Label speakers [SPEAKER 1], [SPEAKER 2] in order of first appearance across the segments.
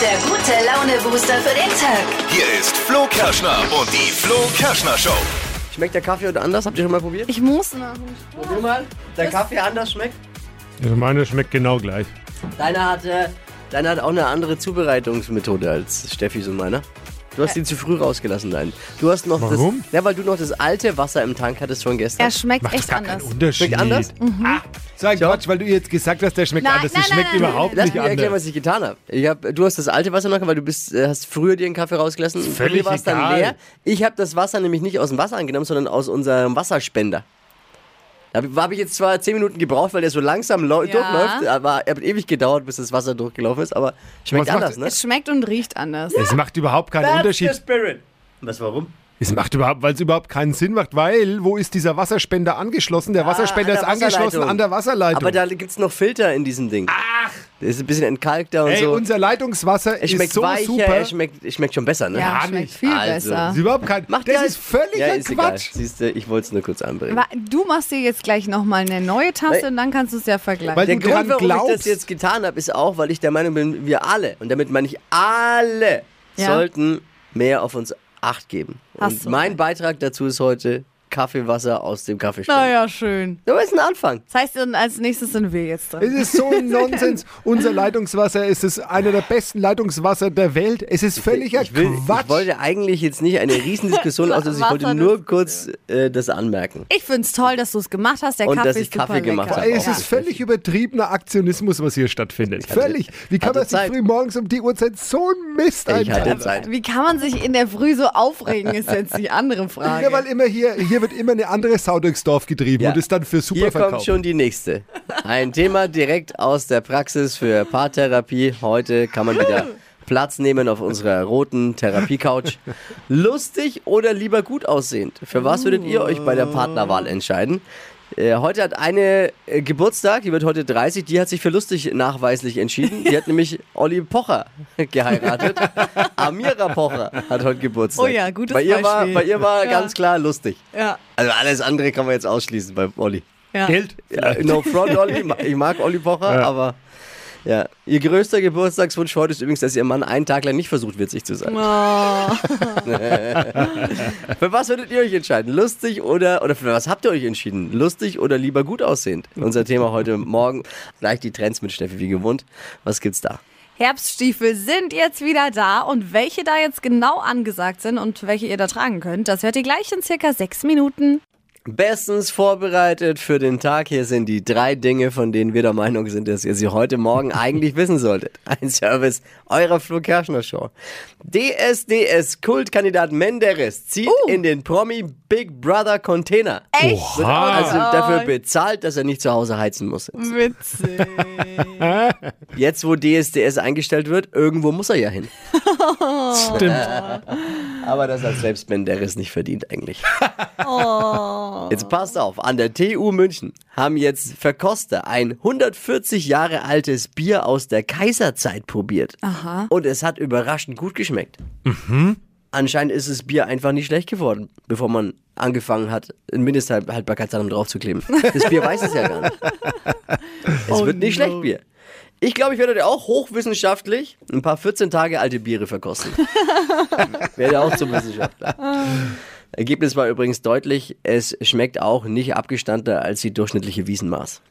[SPEAKER 1] der gute Laune-Booster für den Tag.
[SPEAKER 2] Hier ist Flo Kerschner und die Flo Kerschner Show.
[SPEAKER 3] Schmeckt der Kaffee heute anders? Habt ihr schon mal probiert?
[SPEAKER 4] Ich muss noch.
[SPEAKER 3] Probier mal. Der Kaffee anders schmeckt?
[SPEAKER 5] Also meine schmeckt genau gleich.
[SPEAKER 3] Deiner hat, äh, deiner hat auch eine andere Zubereitungsmethode als Steffis und meiner. Du hast ihn zu früh rausgelassen, deinen. Du hast noch
[SPEAKER 5] Warum?
[SPEAKER 3] das. Ja, weil du noch das alte Wasser im Tank hattest von gestern.
[SPEAKER 4] Er schmeckt
[SPEAKER 5] Macht doch
[SPEAKER 4] echt
[SPEAKER 5] gar
[SPEAKER 4] anders. Mhm.
[SPEAKER 5] keinen Unterschied. Ah,
[SPEAKER 3] Schmeckt anders?
[SPEAKER 5] So ein Quatsch, weil du jetzt gesagt hast, der schmeckt
[SPEAKER 4] Nein,
[SPEAKER 5] anders.
[SPEAKER 4] nein,
[SPEAKER 5] das schmeckt
[SPEAKER 4] nein, nein,
[SPEAKER 5] überhaupt
[SPEAKER 3] Lass
[SPEAKER 5] nicht
[SPEAKER 3] mich erklären,
[SPEAKER 5] anders.
[SPEAKER 3] was ich getan habe. Ich hab, du hast das alte Wasser noch, weil du bist, äh, hast früher dir einen Kaffee rausgelassen. Bei mir
[SPEAKER 5] völlig
[SPEAKER 3] war es dann
[SPEAKER 5] egal.
[SPEAKER 3] leer. Ich habe das Wasser nämlich nicht aus dem Wasser angenommen, sondern aus unserem Wasserspender. Da habe ich jetzt zwar zehn Minuten gebraucht, weil der so langsam lau-
[SPEAKER 4] Ja.
[SPEAKER 3] durchläuft, aber er hat ewig gedauert, bis das Wasser durchgelaufen ist, aber schmeckt
[SPEAKER 5] Was macht-
[SPEAKER 3] anders, ne?
[SPEAKER 4] Es schmeckt und riecht anders.
[SPEAKER 5] Es macht überhaupt keinen Unterschied.
[SPEAKER 3] Spirit. Was, warum?
[SPEAKER 5] Es macht überhaupt, weil es überhaupt keinen Sinn macht, weil wo ist dieser Wasserspender angeschlossen? Der Wasserspender
[SPEAKER 3] Ah, an
[SPEAKER 5] ist
[SPEAKER 3] der
[SPEAKER 5] angeschlossen
[SPEAKER 3] Wasserleitung.
[SPEAKER 5] an der Wasserleitung.
[SPEAKER 3] Aber da gibt's noch Filter in diesem Ding. Ach! Der ist ein bisschen entkalkter und
[SPEAKER 5] Ey,
[SPEAKER 3] so.
[SPEAKER 5] unser Leitungswasser
[SPEAKER 3] es
[SPEAKER 5] ist
[SPEAKER 3] schmeckt
[SPEAKER 5] so
[SPEAKER 3] weicher,
[SPEAKER 5] super.
[SPEAKER 3] Es schmeckt, es schmeckt schon besser, ne?
[SPEAKER 4] ja,
[SPEAKER 5] gar
[SPEAKER 4] schmeckt
[SPEAKER 5] nicht.
[SPEAKER 4] viel
[SPEAKER 3] Also,
[SPEAKER 5] ist
[SPEAKER 4] besser.
[SPEAKER 5] überhaupt kein,
[SPEAKER 3] Macht
[SPEAKER 5] das
[SPEAKER 3] ja-
[SPEAKER 5] ist völliger
[SPEAKER 3] ja, ist Egal.
[SPEAKER 5] Quatsch.
[SPEAKER 3] Siehst du, ich wollte es nur kurz anbringen.
[SPEAKER 4] Wa- Du machst dir jetzt gleich nochmal eine neue Tasse
[SPEAKER 3] Weil-
[SPEAKER 4] und dann kannst du es ja vergleichen.
[SPEAKER 5] Weil
[SPEAKER 3] Der
[SPEAKER 5] Also du dran
[SPEAKER 3] Grund, warum ich das
[SPEAKER 5] glaubst.
[SPEAKER 3] jetzt getan habe, ist auch, weil ich der Meinung bin, wir alle, und damit meine ich alle,
[SPEAKER 4] Ja.
[SPEAKER 3] sollten mehr auf uns Acht geben.
[SPEAKER 4] Hast
[SPEAKER 3] Und
[SPEAKER 4] du.
[SPEAKER 3] mein Beitrag dazu ist heute Kaffeewasser aus dem Kaffeestand.
[SPEAKER 4] naja, schön.
[SPEAKER 3] Aber ist ein Anfang.
[SPEAKER 4] Das heißt, und als nächstes sind wir jetzt dran.
[SPEAKER 5] Es ist so ein Nonsens. Unser Leitungswasser es ist einer der besten Leitungswasser der Welt. Es ist völliger
[SPEAKER 3] Ich, will,
[SPEAKER 5] Quatsch.
[SPEAKER 3] ich wollte eigentlich jetzt nicht eine Riesendiskussion auslösen, ich wollte
[SPEAKER 4] Wasser,
[SPEAKER 3] nur kurz äh, das anmerken.
[SPEAKER 4] Ich find's toll, dass du es gemacht hast. Der
[SPEAKER 3] Und
[SPEAKER 4] Kaffee
[SPEAKER 3] dass ich
[SPEAKER 4] ist super
[SPEAKER 3] Kaffee gemacht
[SPEAKER 4] lecker.
[SPEAKER 3] habe.
[SPEAKER 5] es
[SPEAKER 3] Ja.
[SPEAKER 5] ist völlig übertriebener Aktionismus, was hier stattfindet.
[SPEAKER 3] hatte-
[SPEAKER 5] Völlig. Wie kann
[SPEAKER 3] hatte
[SPEAKER 5] man sich
[SPEAKER 3] Zeit.
[SPEAKER 5] früh morgens um die Uhrzeit so ein Mist
[SPEAKER 3] Ich hatte
[SPEAKER 5] einfallen?
[SPEAKER 3] Zeit.
[SPEAKER 4] Wie kann man sich in der Früh so aufregen, ist jetzt die andere Frage.
[SPEAKER 5] Ja, weil immer hier, hier wird immer eine andere Sau durchs Dorf getrieben
[SPEAKER 3] Ja.
[SPEAKER 5] und ist dann für super
[SPEAKER 3] Hier kommt
[SPEAKER 5] verkauft.
[SPEAKER 3] schon die nächste. Ein Thema direkt aus der Praxis für Paartherapie. Heute kann man wieder Platz nehmen auf unserer roten Therapie-Couch. Lustig oder lieber gut aussehend? Für was würdet ihr euch bei der Partnerwahl entscheiden? Äh, Heute hat eine äh, Geburtstag, die wird heute 30, die hat sich für lustig nachweislich entschieden. Die hat nämlich Olli Pocher geheiratet. Amira Pocher hat heute Geburtstag.
[SPEAKER 4] Oh ja, gutes
[SPEAKER 3] bei ihr War,
[SPEAKER 4] Beispiel.
[SPEAKER 3] bei ihr war
[SPEAKER 4] Ja.
[SPEAKER 3] ganz klar lustig.
[SPEAKER 4] ja,
[SPEAKER 3] Also alles andere kann man jetzt ausschließen bei Olli.
[SPEAKER 4] ja.
[SPEAKER 5] Geld?
[SPEAKER 3] Ja, no front, Olli. Ma- Ich mag Olli Pocher, aber ja. Ihr größter Geburtstagswunsch heute ist übrigens, dass Ihr Mann einen Tag lang nicht versucht, witzig zu sein.
[SPEAKER 4] Oh.
[SPEAKER 3] Für was würdet ihr euch entscheiden? Lustig oder, oder für was habt ihr euch entschieden? Lustig oder lieber gut aussehend? Unser Thema heute Morgen. Gleich die Trends mit Steffi wie gewohnt. Was gibt's da?
[SPEAKER 4] Herbststiefel sind jetzt wieder da und welche da jetzt genau angesagt sind und welche ihr da tragen könnt, das hört ihr gleich in circa sechs Minuten.
[SPEAKER 3] Bestens vorbereitet für den Tag. Hier sind die drei Dinge, von denen wir der Meinung sind, dass ihr sie heute Morgen eigentlich wissen solltet. Ein Service eurer Flo Kerschner Show. DSDS Kultkandidat Menderes zieht in den Promi Big Brother Container.
[SPEAKER 4] Echt?
[SPEAKER 3] Also
[SPEAKER 4] Ah.
[SPEAKER 5] Oha.
[SPEAKER 3] dafür bezahlt, dass er nicht zu Hause heizen muss.
[SPEAKER 4] Witzig.
[SPEAKER 3] Jetzt, wo DSDS eingestellt wird, irgendwo muss er ja hin.
[SPEAKER 5] Stimmt.
[SPEAKER 3] Aber das hat selbst Menderes nicht verdient eigentlich. Jetzt passt auf, an der TU München haben jetzt Verkoster ein 140 Jahre altes Bier aus der Kaiserzeit probiert.
[SPEAKER 4] Aha.
[SPEAKER 3] Und es hat überraschend gut geschmeckt. Anscheinend ist das Bier einfach nicht schlecht geworden, bevor man angefangen hat, ein Mindesthaltbarkeitsdatum draufzukleben. Das Bier weiß es ja gar nicht. Es wird nicht schlecht, Bier. Ich glaube, ich werde auch hochwissenschaftlich ein paar 14 Tage alte Biere verkosten. werde auch zum Wissenschaftler. Ergebnis war übrigens deutlich, es schmeckt auch nicht abgestandter als die durchschnittliche Wiesenmaß.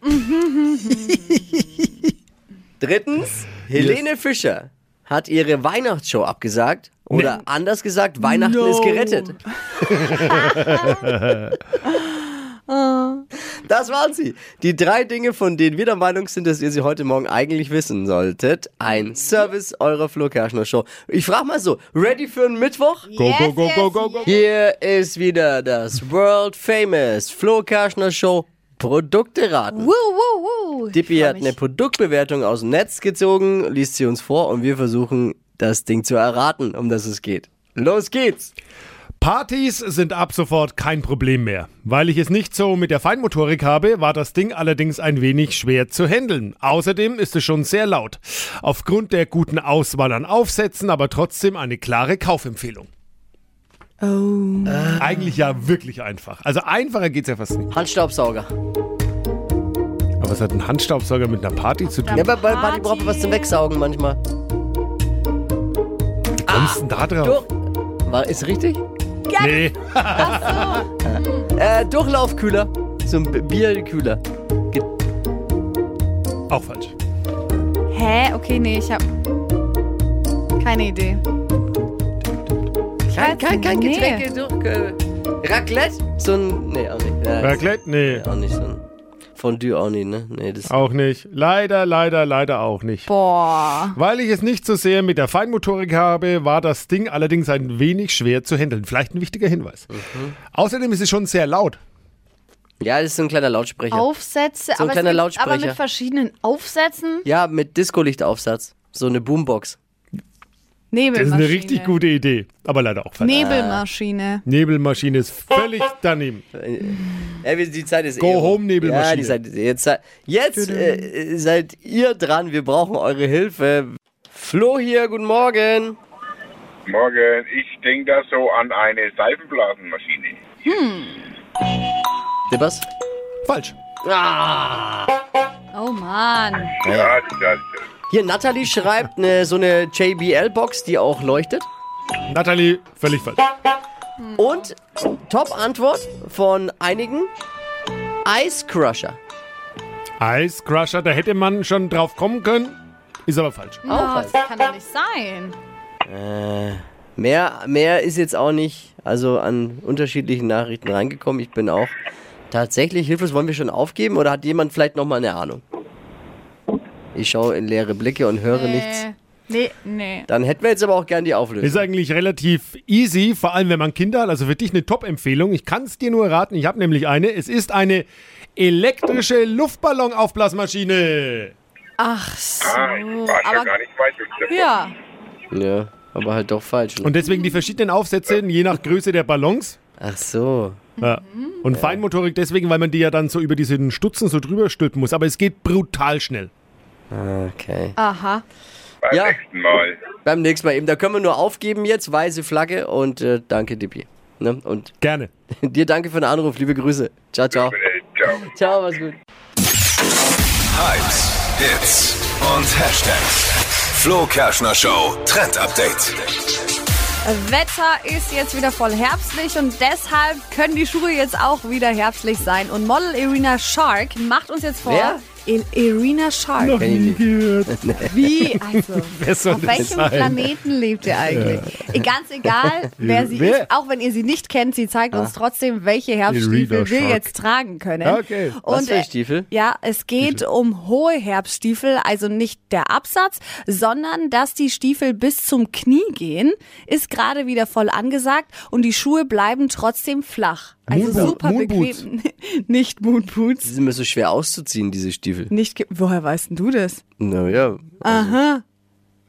[SPEAKER 3] Drittens, Helene Fischer hat ihre Weihnachtsshow abgesagt. Oder anders gesagt, Weihnachten ist gerettet. Das waren sie. Die drei Dinge, von denen wir der Meinung sind, dass ihr sie heute Morgen eigentlich wissen solltet. Ein Service eurer Flo Kerschner Show. Ich frage mal so, ready für einen Mittwoch?
[SPEAKER 5] Go, go, go, go, go, go.
[SPEAKER 3] Hier ist wieder das World Famous Flo Kerschner Show Produkte raten.
[SPEAKER 4] Woo, woo, woo.
[SPEAKER 3] Dippi
[SPEAKER 4] Ich freu
[SPEAKER 3] hat
[SPEAKER 4] mich.
[SPEAKER 3] eine Produktbewertung aus dem Netz gezogen, liest sie uns vor und wir versuchen, das Ding zu erraten, um das es geht. Los geht's!
[SPEAKER 5] Partys sind ab sofort kein Problem mehr. Weil ich es nicht so mit der Feinmotorik habe, war das Ding allerdings ein wenig schwer zu handeln. Außerdem ist es schon sehr laut. Aufgrund der guten Auswahl an Aufsätzen, aber trotzdem eine klare Kaufempfehlung. Oh. Eigentlich ja wirklich einfach. Also einfacher geht's ja fast nicht.
[SPEAKER 3] Handstaubsauger.
[SPEAKER 5] Aber was hat ein Handstaubsauger mit einer Party zu tun?
[SPEAKER 3] Ja, aber bei Party braucht man was zum Wegsaugen manchmal.
[SPEAKER 5] kommst denn da drauf?
[SPEAKER 3] War, ist richtig?
[SPEAKER 5] Nee.
[SPEAKER 3] Äh, Durchlaufkühler. So ein B- Bierkühler.
[SPEAKER 5] Auch falsch.
[SPEAKER 4] Hä? Okay, nee, ich habe keine Idee.
[SPEAKER 3] Kein,
[SPEAKER 4] Weiß
[SPEAKER 3] kein, kein
[SPEAKER 4] nicht.
[SPEAKER 3] Getränk. Durch, äh, Raclette? So ein. Nee, auch nicht. Ja,
[SPEAKER 5] Raclette? Nee.
[SPEAKER 3] Auch nicht so ein. Fondue auch nicht, ne? Nee, das.
[SPEAKER 5] Auch nicht. Leider, leider, leider auch nicht.
[SPEAKER 4] Boah.
[SPEAKER 5] Weil ich es nicht so sehr mit der Feinmotorik habe, war das Ding allerdings ein wenig schwer zu handeln. Vielleicht ein wichtiger Hinweis. Außerdem ist es schon sehr laut.
[SPEAKER 3] Ja, das ist so ein kleiner Lautsprecher.
[SPEAKER 4] Aufsätze,
[SPEAKER 3] So
[SPEAKER 4] aber,
[SPEAKER 3] ein
[SPEAKER 4] es
[SPEAKER 3] kleiner
[SPEAKER 4] gibt- aber
[SPEAKER 3] Lautsprecher.
[SPEAKER 4] mit verschiedenen Aufsätzen?
[SPEAKER 3] Ja, mit Discolichtaufsatz. So eine Boombox.
[SPEAKER 5] Das
[SPEAKER 4] Nebelmaschine.
[SPEAKER 5] ist eine richtig gute Idee, aber leider auch falsch.
[SPEAKER 4] Nebelmaschine.
[SPEAKER 5] Nebelmaschine ist völlig daneben.
[SPEAKER 3] Ja, wir- die Zeit ist
[SPEAKER 5] Go
[SPEAKER 3] eh rum.
[SPEAKER 5] home, Nebelmaschine.
[SPEAKER 3] Ja, die Zeit ist eh- jetzt sei- jetzt äh, seid ihr dran. Wir brauchen eure Hilfe. Flo hier, guten Morgen.
[SPEAKER 6] Morgen, ich denke da so an eine Seifenblasenmaschine.
[SPEAKER 3] Sebas?
[SPEAKER 5] Falsch.
[SPEAKER 4] Oh Mann.
[SPEAKER 6] Ja, das, das,
[SPEAKER 3] Hier, Natalie schreibt ne, so eine JBL-Box, die auch leuchtet.
[SPEAKER 5] Nathalie, völlig falsch.
[SPEAKER 3] Und Top-Antwort von einigen: Ice Crusher.
[SPEAKER 5] Ice Crusher, da hätte man schon drauf kommen können, ist aber falsch.
[SPEAKER 4] Oh, das kann doch nicht sein.
[SPEAKER 3] Mehr, mehr ist jetzt auch nicht, also an unterschiedlichen Nachrichten reingekommen. Ich bin auch tatsächlich hilflos. Wollen wir schon aufgeben oder hat jemand vielleicht nochmal eine Ahnung? Ich schaue in leere Blicke und höre nichts.
[SPEAKER 4] Äh, Nee, nee.
[SPEAKER 3] Dann hätten wir jetzt aber auch gern die
[SPEAKER 5] Ist
[SPEAKER 3] Auflösung.
[SPEAKER 5] eigentlich relativ easy, vor allem wenn man Kinder hat. Also für dich eine Top-Empfehlung. Ich kann es dir nur raten, ich habe nämlich eine. Es ist eine elektrische Luftballonaufblasmaschine.
[SPEAKER 4] Ach
[SPEAKER 6] ah, ich
[SPEAKER 4] so.
[SPEAKER 6] war schon
[SPEAKER 4] Mm, Aber
[SPEAKER 6] gar nicht weit weg davon.
[SPEAKER 4] ja.
[SPEAKER 3] Ja, aber halt doch falsch. ne?
[SPEAKER 5] Und deswegen die verschiedenen Aufsätze, je nach Größe der Ballons.
[SPEAKER 3] Ach so.
[SPEAKER 5] Ja. Und Feinmotorik deswegen, weil man die ja dann so über diesen Stutzen so drüber stülpen muss. Aber es geht brutal schnell.
[SPEAKER 3] Okay.
[SPEAKER 4] Aha.
[SPEAKER 6] Beim
[SPEAKER 3] Ja.
[SPEAKER 6] nächsten Mal.
[SPEAKER 3] Beim nächsten Mal eben. Da können wir nur aufgeben jetzt. Weiße Flagge und äh, danke, Dippi. Ne? Und
[SPEAKER 5] Gerne.
[SPEAKER 3] dir danke für den Anruf. Liebe Grüße. Ciao, ciao.
[SPEAKER 6] Äh, Ciao.
[SPEAKER 3] Ciao, mach's gut.
[SPEAKER 2] Hypes, Hits und Hashtags. Flo Kerschner Show Trend Update.
[SPEAKER 4] Wetter ist jetzt wieder voll herbstlich und deshalb können die Schuhe jetzt auch wieder herbstlich sein. Und Model Irina Shark macht uns jetzt vor.
[SPEAKER 3] Wer?
[SPEAKER 4] In Irina Shark. Wie? Also,
[SPEAKER 5] Wer soll
[SPEAKER 4] auf
[SPEAKER 5] das
[SPEAKER 4] welchem
[SPEAKER 5] sein?
[SPEAKER 4] Planeten lebt ihr eigentlich? Ganz egal, wer sie
[SPEAKER 5] Wer? Ah.
[SPEAKER 4] ist, auch wenn ihr sie nicht kennt, sie zeigt uns trotzdem, welche
[SPEAKER 5] Irina
[SPEAKER 4] Herbststiefel wir
[SPEAKER 5] Shark.
[SPEAKER 4] jetzt tragen können.
[SPEAKER 5] Okay.
[SPEAKER 3] Was für
[SPEAKER 4] äh,
[SPEAKER 3] Stiefel?
[SPEAKER 4] Ja, es geht um hohe Herbststiefel, also nicht der Absatz, sondern dass die Stiefel bis zum Knie gehen, ist gerade wieder voll angesagt und die Schuhe bleiben trotzdem flach. Also
[SPEAKER 5] Moonboot-
[SPEAKER 4] super
[SPEAKER 5] Moonboots.
[SPEAKER 4] bequem. nicht Moonboots.
[SPEAKER 3] Die sind mir so schwer auszuziehen, diese Stiefel.
[SPEAKER 4] Nicht ge- Woher weißt denn du das?
[SPEAKER 3] Naja,
[SPEAKER 5] Also,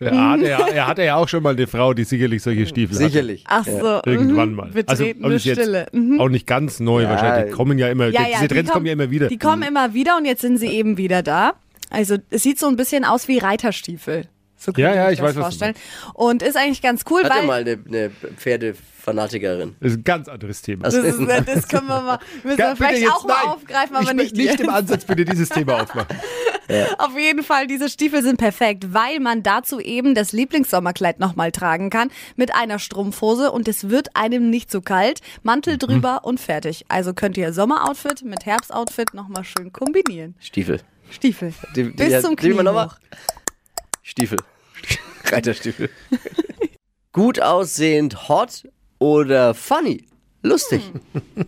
[SPEAKER 5] Ja, er, er hatte ja auch schon mal eine Frau, die sicherlich solche Stiefel hatte.
[SPEAKER 3] sicherlich.
[SPEAKER 4] Ach so.
[SPEAKER 5] Irgendwann mal.
[SPEAKER 4] Betretene
[SPEAKER 5] und ist jetzt
[SPEAKER 4] Stille. Mhm.
[SPEAKER 5] Auch nicht ganz neu wahrscheinlich. Die kommen ja immer,
[SPEAKER 4] Ja,
[SPEAKER 5] diese
[SPEAKER 4] ja, die
[SPEAKER 5] Trends kommen ja immer wieder. Mhm.
[SPEAKER 4] Die kommen immer wieder und jetzt sind sie eben wieder da. Also es sieht so ein bisschen aus wie Reiterstiefel. So kann
[SPEAKER 5] Ja,
[SPEAKER 4] ich
[SPEAKER 5] ja,
[SPEAKER 4] mir
[SPEAKER 5] ich
[SPEAKER 4] das
[SPEAKER 5] weiß, was du
[SPEAKER 4] vorstellen. Und ist eigentlich ganz cool,
[SPEAKER 3] Hatte
[SPEAKER 4] weil
[SPEAKER 3] mal eine, eine Pferdefanatikerin.
[SPEAKER 5] Das ist ein ganz anderes Thema.
[SPEAKER 4] das, ist, das können wir mal, müssen
[SPEAKER 5] Ga-
[SPEAKER 4] Also, wir
[SPEAKER 5] bitte
[SPEAKER 4] vielleicht
[SPEAKER 5] jetzt-
[SPEAKER 4] auch mal
[SPEAKER 5] nein.
[SPEAKER 4] aufgreifen, aber
[SPEAKER 5] ich
[SPEAKER 4] nicht,
[SPEAKER 5] möchte nicht
[SPEAKER 4] jetzt.
[SPEAKER 5] im Ansatz bitte dieses Thema aufmachen.
[SPEAKER 4] Auf jeden Fall, diese Stiefel sind perfekt, weil man dazu eben das Lieblingssommerkleid nochmal tragen kann mit einer Strumpfhose und es wird einem nicht so kalt.
[SPEAKER 3] Mhm.
[SPEAKER 4] Mantel drüber und fertig. Also könnt ihr Sommeroutfit mit Herbstoutfit nochmal schön kombinieren.
[SPEAKER 3] Stiefel.
[SPEAKER 4] Stiefel.
[SPEAKER 3] Die- die-
[SPEAKER 4] Bis
[SPEAKER 3] ja,
[SPEAKER 4] zum
[SPEAKER 3] die
[SPEAKER 4] Knie.
[SPEAKER 3] man nochmal-
[SPEAKER 4] hoch.
[SPEAKER 3] Stiefel. Reiterstiefel. Gut aussehend, hot oder funny? Lustig. Hm.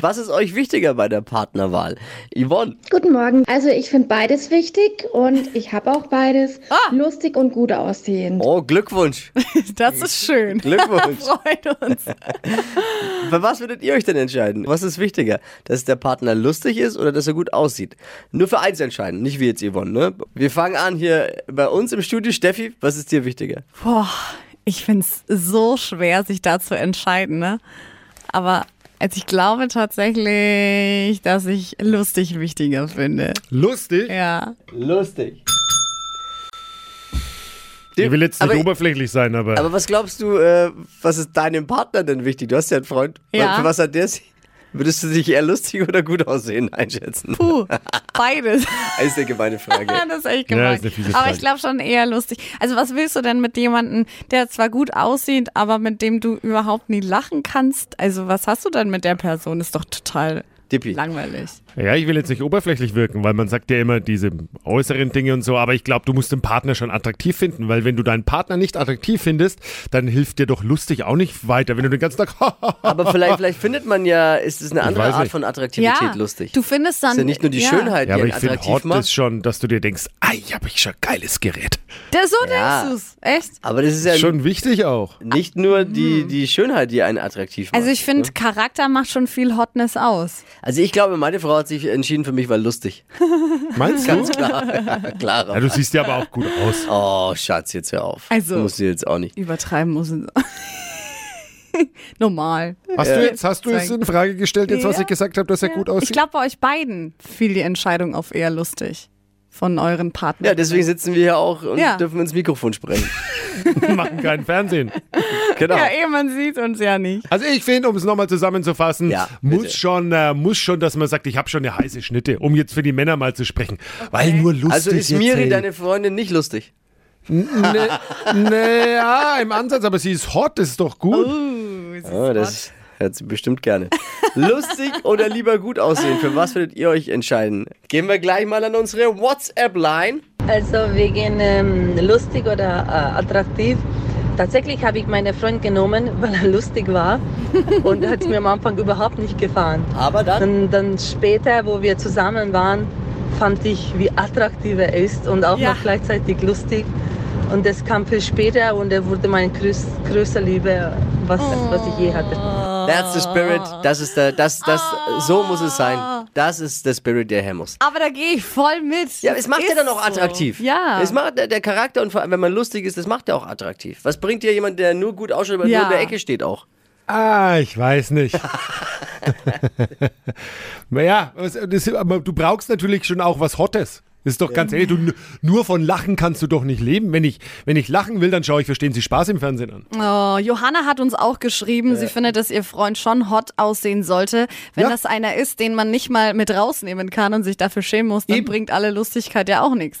[SPEAKER 3] Was ist euch wichtiger bei der Partnerwahl? Yvonne,
[SPEAKER 7] Guten Morgen. Also ich finde beides wichtig und ich habe auch beides. Lustig und gut aussehend.
[SPEAKER 3] oh, Glückwunsch.
[SPEAKER 4] Das ist schön.
[SPEAKER 3] Glückwunsch.
[SPEAKER 4] Freut uns.
[SPEAKER 3] Für was würdet ihr euch denn entscheiden? Was ist wichtiger? Dass der Partner lustig ist oder dass er gut aussieht? Nur für eins entscheiden, nicht wie jetzt Yvonne, ne? Wir fangen an hier bei uns im Studio. Steffi, was ist dir wichtiger?
[SPEAKER 4] Boah, ich find's so schwer, sich da zu entscheiden, ne? Aber also ich glaube tatsächlich, dass ich lustig wichtiger finde.
[SPEAKER 5] Lustig.
[SPEAKER 4] Ja.
[SPEAKER 3] Lustig.
[SPEAKER 5] Ich will jetzt nicht
[SPEAKER 3] aber,
[SPEAKER 5] oberflächlich sein, aber,
[SPEAKER 3] aber was glaubst du, äh, was ist deinem Partner denn wichtig? Du hast ja einen Freund.
[SPEAKER 4] Ja.
[SPEAKER 3] Für was hat der sich? Würdest du dich eher lustig oder gut aussehen einschätzen?
[SPEAKER 4] Puh, beides.
[SPEAKER 3] Das ist eine gemeine Frage.
[SPEAKER 4] das ist echt
[SPEAKER 5] Ja,
[SPEAKER 4] gemein.
[SPEAKER 5] ist eine fiese
[SPEAKER 4] aber
[SPEAKER 5] Frage.
[SPEAKER 4] ich glaube schon eher lustig. Also was willst du denn mit jemandem, der zwar gut aussieht, aber mit dem du überhaupt nie lachen kannst? Also was hast du denn mit der Person? Ist doch total
[SPEAKER 3] Dippi.
[SPEAKER 4] langweilig.
[SPEAKER 5] Ja, ich will jetzt nicht oberflächlich wirken, weil man sagt ja immer diese äußeren Dinge und so, aber ich glaube, du musst den Partner schon attraktiv finden, weil wenn du deinen Partner nicht attraktiv findest, dann hilft dir doch lustig auch nicht weiter, wenn du den ganzen Tag
[SPEAKER 3] Aber vielleicht, vielleicht findet man ja, ist es eine andere
[SPEAKER 5] weiß
[SPEAKER 3] Art
[SPEAKER 5] nicht.
[SPEAKER 3] von Attraktivität lustig.
[SPEAKER 4] Du findest dann
[SPEAKER 3] ist ja nicht nur die Schönheit,
[SPEAKER 5] Ja,
[SPEAKER 3] die
[SPEAKER 5] aber ich
[SPEAKER 3] einen
[SPEAKER 5] finde
[SPEAKER 3] attraktiv
[SPEAKER 5] hot
[SPEAKER 3] macht.
[SPEAKER 5] ist schon, dass du dir denkst, ei, hab ich schon geiles Gerät.
[SPEAKER 4] Da, so
[SPEAKER 3] Ja.
[SPEAKER 4] denkst du's, echt?
[SPEAKER 3] Aber das ist ja
[SPEAKER 5] Schon wichtig auch.
[SPEAKER 3] nicht nur die, die Schönheit, die einen attraktiv macht.
[SPEAKER 4] Mm.
[SPEAKER 3] ne?
[SPEAKER 4] Also ich finde, Charakter macht schon viel Hotness aus.
[SPEAKER 3] also ich glaube, meine Frau hat sich entschieden für mich, weil lustig.
[SPEAKER 5] Meinst du?
[SPEAKER 3] Ganz klar.
[SPEAKER 5] Ja,
[SPEAKER 3] Klarer.
[SPEAKER 5] du siehst ja aber auch gut aus.
[SPEAKER 3] Oh, Schatz, jetzt hör auf.
[SPEAKER 4] Also-
[SPEAKER 3] Du musst dir jetzt auch nicht.
[SPEAKER 4] Übertreiben muss es. Normal.
[SPEAKER 5] Hast du jetzt, hast du jetzt
[SPEAKER 4] Zeig.
[SPEAKER 5] in Frage gestellt, jetzt was
[SPEAKER 4] Ja.
[SPEAKER 5] ich gesagt habe, dass er gut aussieht?
[SPEAKER 4] Ich glaube, bei euch beiden fiel die Entscheidung auf eher lustig von euren Partnern.
[SPEAKER 3] Ja, deswegen sitzen wir hier auch und
[SPEAKER 4] Ja.
[SPEAKER 3] dürfen ins Mikrofon sprechen.
[SPEAKER 5] Wir machen kein Fernsehen.
[SPEAKER 3] Genau.
[SPEAKER 4] Ja, eh, man sieht uns ja nicht.
[SPEAKER 5] Also ich finde, um es nochmal zusammenzufassen,
[SPEAKER 3] Ja, bitte.
[SPEAKER 5] muss, schon, äh, muss schon, dass man sagt, ich habe schon eine heiße Schnitte, um jetzt für die Männer mal zu sprechen. Weil nur lustig
[SPEAKER 3] also ist
[SPEAKER 5] jetzt,
[SPEAKER 3] Miri,
[SPEAKER 5] ey.
[SPEAKER 3] deine Freundin, nicht lustig?
[SPEAKER 5] Naja, ne, ja, im Ansatz, aber sie ist hot, das ist doch gut.
[SPEAKER 3] Oh, das hört sie bestimmt gerne. Lustig oder lieber gut aussehen? Für was würdet ihr euch entscheiden? Gehen wir gleich mal an unsere WhatsApp-Line.
[SPEAKER 8] Also wegen ähm, lustig oder äh, attraktiv. Tatsächlich habe ich meinen Freund genommen, weil er lustig war und hat mir am Anfang überhaupt nicht gefallen.
[SPEAKER 3] Aber dann.
[SPEAKER 8] Und dann später, wo wir zusammen waren, fand ich, wie attraktiv er ist und auch
[SPEAKER 4] Ja.
[SPEAKER 8] noch gleichzeitig lustig. Und das kam viel später und er wurde meine größ größte Liebe, was, was ich je hatte.
[SPEAKER 3] That's the spirit. Das ist der, das, das, so muss es sein. Das ist der Spirit, der her muss.
[SPEAKER 4] Aber da gehe ich voll mit.
[SPEAKER 3] Ja, es macht
[SPEAKER 4] Ist
[SPEAKER 3] ja dann auch
[SPEAKER 4] so.
[SPEAKER 3] attraktiv.
[SPEAKER 4] Ja.
[SPEAKER 3] Es macht der, der Charakter und vor allem, wenn man lustig ist, das macht ja auch attraktiv. Was bringt dir jemand, der nur gut ausschaut, aber
[SPEAKER 4] Ja.
[SPEAKER 3] nur in der Ecke steht auch?
[SPEAKER 5] Ah, ich weiß nicht. naja, was- das, aber du brauchst natürlich schon auch was Hottes. Ist doch ganz ehrlich, du, n- nur von Lachen kannst du doch nicht leben. Wenn ich, wenn ich lachen will, dann schaue ich, verstehen Sie Spaß im Fernsehen an.
[SPEAKER 4] Oh, Johanna hat uns auch geschrieben, sie findet, dass ihr Freund schon hot aussehen sollte. Wenn
[SPEAKER 5] Ja.
[SPEAKER 4] das einer ist, den man nicht mal mit rausnehmen kann und sich dafür schämen muss, dann
[SPEAKER 5] Eben.
[SPEAKER 4] bringt alle Lustigkeit ja auch nichts.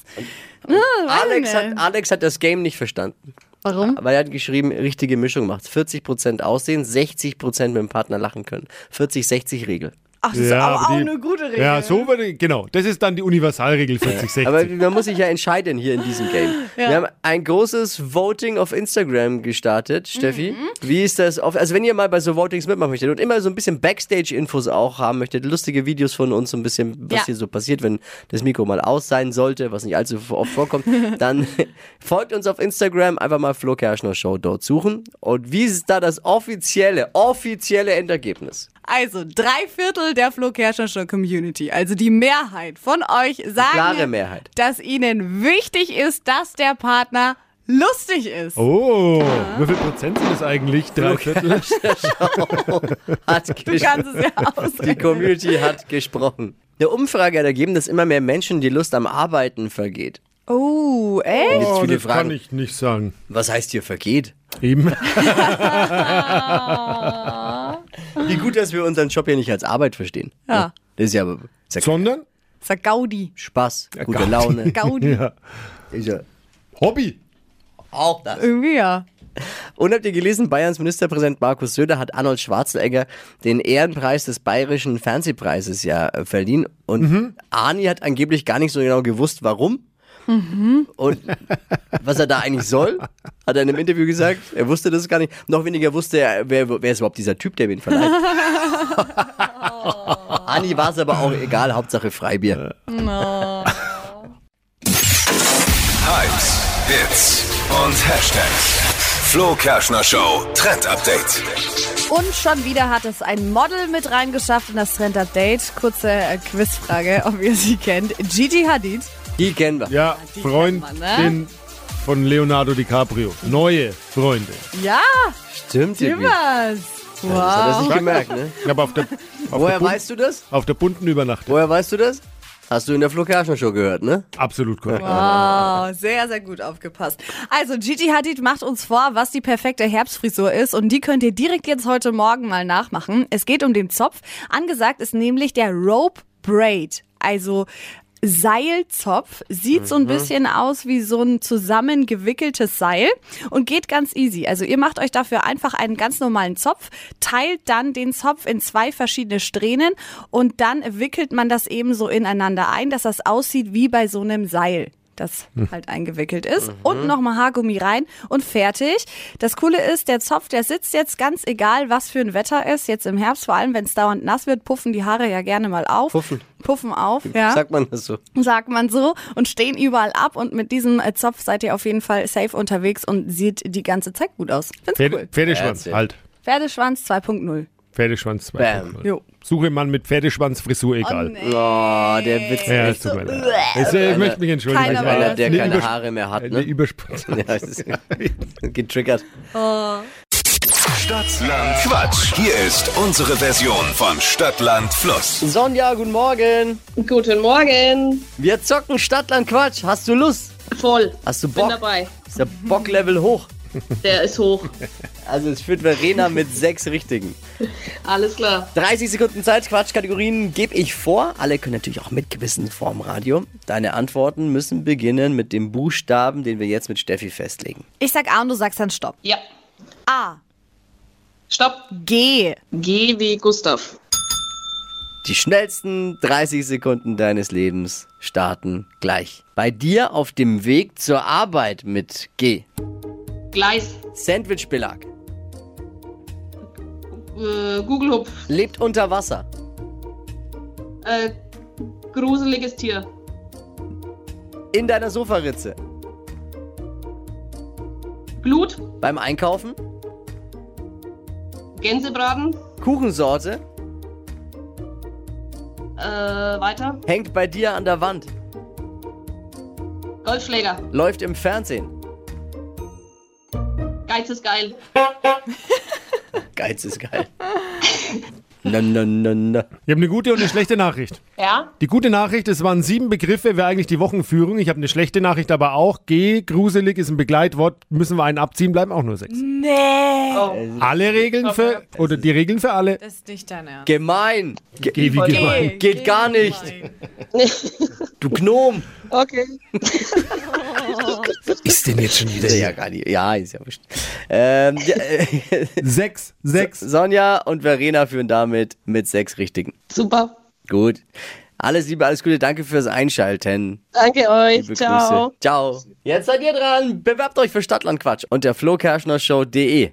[SPEAKER 3] Alex
[SPEAKER 4] nicht.
[SPEAKER 3] hat, Alex hat das Game nicht verstanden.
[SPEAKER 4] Warum?
[SPEAKER 3] Weil er hat geschrieben, richtige Mischung macht. 40% aussehen, 60% mit dem Partner lachen können. 40-60-Regel.
[SPEAKER 4] Ach, das ist
[SPEAKER 5] aber
[SPEAKER 4] auch, auch
[SPEAKER 5] die-
[SPEAKER 4] eine gute Regel.
[SPEAKER 5] Ja, so würde genau. Das ist dann die Universalregel 40 60.
[SPEAKER 3] Aber man muss sich ja entscheiden hier in diesem Game. Wir haben ein großes Voting auf Instagram gestartet, Steffi. Wie ist das? Auf, also wenn ihr mal bei so Votings mitmachen möchtet und immer so ein bisschen Backstage-Infos auch haben möchtet, lustige Videos von uns, so ein bisschen, was
[SPEAKER 4] Ja.
[SPEAKER 3] hier so passiert, wenn das Mikro mal aus sein sollte, was nicht allzu oft vorkommt, dann folgt uns auf Instagram, einfach mal Flo Kerschner Show dort suchen. Und wie ist da das offizielle, offizielle Endergebnis?
[SPEAKER 4] Also drei Viertel der Flo Kerschner Show Community, also die Mehrheit von euch sagen,
[SPEAKER 3] Klare Mehrheit.
[SPEAKER 4] dass ihnen wichtig ist, dass der Partner lustig ist.
[SPEAKER 5] Oh, wie viel Prozent sind das eigentlich? Drei Viertel?
[SPEAKER 4] Du
[SPEAKER 3] Hat
[SPEAKER 4] kannst es ja ausrechnen.
[SPEAKER 3] Die Community hat gesprochen. Eine Umfrage hat ergeben, dass immer mehr Menschen die Lust am Arbeiten vergeht.
[SPEAKER 4] Oh, echt?
[SPEAKER 3] Jetzt
[SPEAKER 5] Oh,
[SPEAKER 3] viele
[SPEAKER 5] das kann
[SPEAKER 3] Fragen.
[SPEAKER 5] ich nicht sagen.
[SPEAKER 3] Was heißt hier vergeht?
[SPEAKER 5] Eben.
[SPEAKER 3] Wie gut, dass wir unseren Job hier nicht als Arbeit verstehen.
[SPEAKER 4] Ja.
[SPEAKER 3] Das ist ja, ist ja
[SPEAKER 5] Sondern
[SPEAKER 4] Sag Gaudi.
[SPEAKER 3] Spaß, gute
[SPEAKER 5] Gott.
[SPEAKER 3] Laune.
[SPEAKER 4] Gaudi.
[SPEAKER 3] Ist ja
[SPEAKER 5] Hobby.
[SPEAKER 3] auch das.
[SPEAKER 4] Irgendwie ja.
[SPEAKER 3] Und habt ihr gelesen, Bayerns Ministerpräsident Markus Söder hat Arnold Schwarzenegger den Ehrenpreis des Bayerischen Fernsehpreises ja äh, verliehen. Und
[SPEAKER 5] Mhm.
[SPEAKER 3] Arni hat angeblich gar nicht so genau gewusst, warum. Und was er da eigentlich soll, hat er in einem Interview gesagt. Er wusste das gar nicht. Noch weniger wusste er, wer, wer ist überhaupt dieser Typ, der ihn verleiht. Arni war es aber auch egal, Hauptsache Freibier.
[SPEAKER 2] Hypes, Hits und Hashtags. Flo Kerschner Show Trend Update.
[SPEAKER 4] Und schon wieder hat es ein Model mit reingeschafft in das Trend Update. Kurze äh, Quizfrage, ob ihr sie kennt. Gigi Hadid.
[SPEAKER 3] Die kennen wir.
[SPEAKER 5] Ja, Freundin
[SPEAKER 4] kennt man, ne?
[SPEAKER 5] von Leonardo DiCaprio. Neue Freunde.
[SPEAKER 4] Ja,
[SPEAKER 3] Stimmt, irgendwie.
[SPEAKER 4] Timmers.
[SPEAKER 3] Hat er
[SPEAKER 4] Wow.
[SPEAKER 3] sich gemerkt, ne?
[SPEAKER 5] Ich habe auf der, auf, der
[SPEAKER 3] Woher
[SPEAKER 5] bunten-
[SPEAKER 3] weißt du das?
[SPEAKER 5] auf der bunten übernachtet.
[SPEAKER 3] Woher weißt du das? Hast du in der Flo Kerschner Show gehört, ne?
[SPEAKER 5] Absolut korrekt.
[SPEAKER 4] Wow, sehr, sehr gut aufgepasst. Also, Gigi Hadid macht uns vor, was die perfekte Herbstfrisur ist und die könnt ihr direkt jetzt heute Morgen mal nachmachen. Es geht um den Zopf. Angesagt ist nämlich der Rope Braid, also Seilzopf. Sieht so ein bisschen aus wie so ein zusammengewickeltes Seil und geht ganz easy. Also ihr macht euch dafür einfach einen ganz normalen Zopf, teilt dann den Zopf in zwei verschiedene Strähnen und dann wickelt man das eben so ineinander ein, dass das aussieht wie bei so einem Seil das
[SPEAKER 5] Hm.
[SPEAKER 4] halt eingewickelt ist.
[SPEAKER 5] Mhm.
[SPEAKER 4] Und nochmal Haargummi rein und fertig. Das Coole ist, der Zopf, der sitzt jetzt ganz egal, was für ein Wetter ist. Jetzt im Herbst, vor allem wenn es dauernd nass wird, puffen die Haare ja gerne mal auf.
[SPEAKER 3] Puffen.
[SPEAKER 4] Puffen auf, ja
[SPEAKER 3] Sagt man das so?
[SPEAKER 4] sagt man so, und stehen überall ab. Und mit diesem äh, Zopf seid ihr auf jeden Fall safe unterwegs und sieht die ganze Zeit gut aus. Find's
[SPEAKER 5] Pferde,
[SPEAKER 4] cool.
[SPEAKER 5] Pferdeschwanz,
[SPEAKER 3] Erzähl.
[SPEAKER 5] halt.
[SPEAKER 4] Pferdeschwanz 2.0.
[SPEAKER 5] Pferdeschwanz
[SPEAKER 3] Bam.
[SPEAKER 5] 2.0.
[SPEAKER 4] Jo.
[SPEAKER 5] Suche Mann mit Pferdeschwanz-Frisur, egal.
[SPEAKER 3] Oh, der Witz.
[SPEAKER 5] Ja, es tut mir leid. Es, äh, Ich möchte mich entschuldigen.
[SPEAKER 4] Keiner
[SPEAKER 5] ich war
[SPEAKER 4] will
[SPEAKER 3] Einer, der
[SPEAKER 5] eine
[SPEAKER 3] keine
[SPEAKER 5] Übersp-
[SPEAKER 3] Haare mehr hat,
[SPEAKER 5] Eine
[SPEAKER 3] ne?
[SPEAKER 5] Übersprung.
[SPEAKER 3] Ja, es ist getriggert.
[SPEAKER 2] Stadtland Quatsch. Hier ist unsere Version von Stadtland Fluss.
[SPEAKER 3] Sonja, guten Morgen.
[SPEAKER 9] Guten Morgen.
[SPEAKER 3] Wir zocken Stadtland Quatsch. Hast du Lust?
[SPEAKER 9] Voll.
[SPEAKER 3] Hast du
[SPEAKER 9] Bin
[SPEAKER 3] Bock?
[SPEAKER 9] dabei.
[SPEAKER 3] Ist der Bocklevel hoch?
[SPEAKER 9] Der ist hoch.
[SPEAKER 3] Also es führt Verena mit sechs Richtigen.
[SPEAKER 9] Alles klar.
[SPEAKER 3] 30 Sekunden Zeit, Quatschkategorien gebe ich vor. Alle können natürlich auch mitgewissen vorm Radio. Deine Antworten müssen beginnen mit dem Buchstaben, den wir jetzt mit Steffi festlegen.
[SPEAKER 4] Ich sag A und du sagst dann Stopp.
[SPEAKER 9] Ja.
[SPEAKER 4] A.
[SPEAKER 9] Stopp.
[SPEAKER 4] G.
[SPEAKER 9] G wie Gustav.
[SPEAKER 3] Die schnellsten 30 Sekunden deines Lebens starten gleich. Bei dir auf dem Weg zur Arbeit mit G.
[SPEAKER 9] Gleis.
[SPEAKER 3] Sandwichbelag.
[SPEAKER 9] Äh, Google Hub.
[SPEAKER 3] Lebt unter Wasser.
[SPEAKER 9] Äh, gruseliges Tier.
[SPEAKER 3] In deiner Sofaritze.
[SPEAKER 9] Glut.
[SPEAKER 3] Beim Einkaufen.
[SPEAKER 9] Gänsebraten.
[SPEAKER 3] Kuchensorte.
[SPEAKER 9] Äh, weiter.
[SPEAKER 3] Hängt bei dir an der Wand.
[SPEAKER 9] Golfschläger.
[SPEAKER 3] Läuft im Fernsehen.
[SPEAKER 9] Geiz ist geil.
[SPEAKER 3] Geiz ist geil. na, na, na, na.
[SPEAKER 5] Ich habe eine gute und eine schlechte Nachricht.
[SPEAKER 9] Ja.
[SPEAKER 5] Die gute Nachricht, es waren sieben Begriffe, wäre eigentlich die Wochenführung. Ich habe eine schlechte Nachricht aber auch. G, gruselig ist ein Begleitwort, müssen wir einen abziehen, bleiben auch nur sechs.
[SPEAKER 4] Nee.
[SPEAKER 9] Oh.
[SPEAKER 5] Alle Regeln für, oder die Regeln für alle.
[SPEAKER 4] Das ist nicht dein Ernst.
[SPEAKER 3] Gemein. Ge
[SPEAKER 5] G wie gemein.
[SPEAKER 3] Geht gar nicht. Du Gnom.
[SPEAKER 9] Okay.
[SPEAKER 5] Ist denn jetzt schon wieder
[SPEAKER 3] Ja, gar nicht. Ja, ist ja wurscht. Ähm, ja, äh,
[SPEAKER 5] Sechs, sechs.
[SPEAKER 3] Sonja und Verena führen damit mit sechs Richtigen.
[SPEAKER 9] Super.
[SPEAKER 3] Gut. Alles Liebe, alles Gute. Danke fürs Einschalten.
[SPEAKER 9] Danke euch.
[SPEAKER 3] Liebe Grüße. Ciao. Jetzt seid ihr dran. Bewerbt euch für Stadtlandquatsch unter flokerschnershow.de.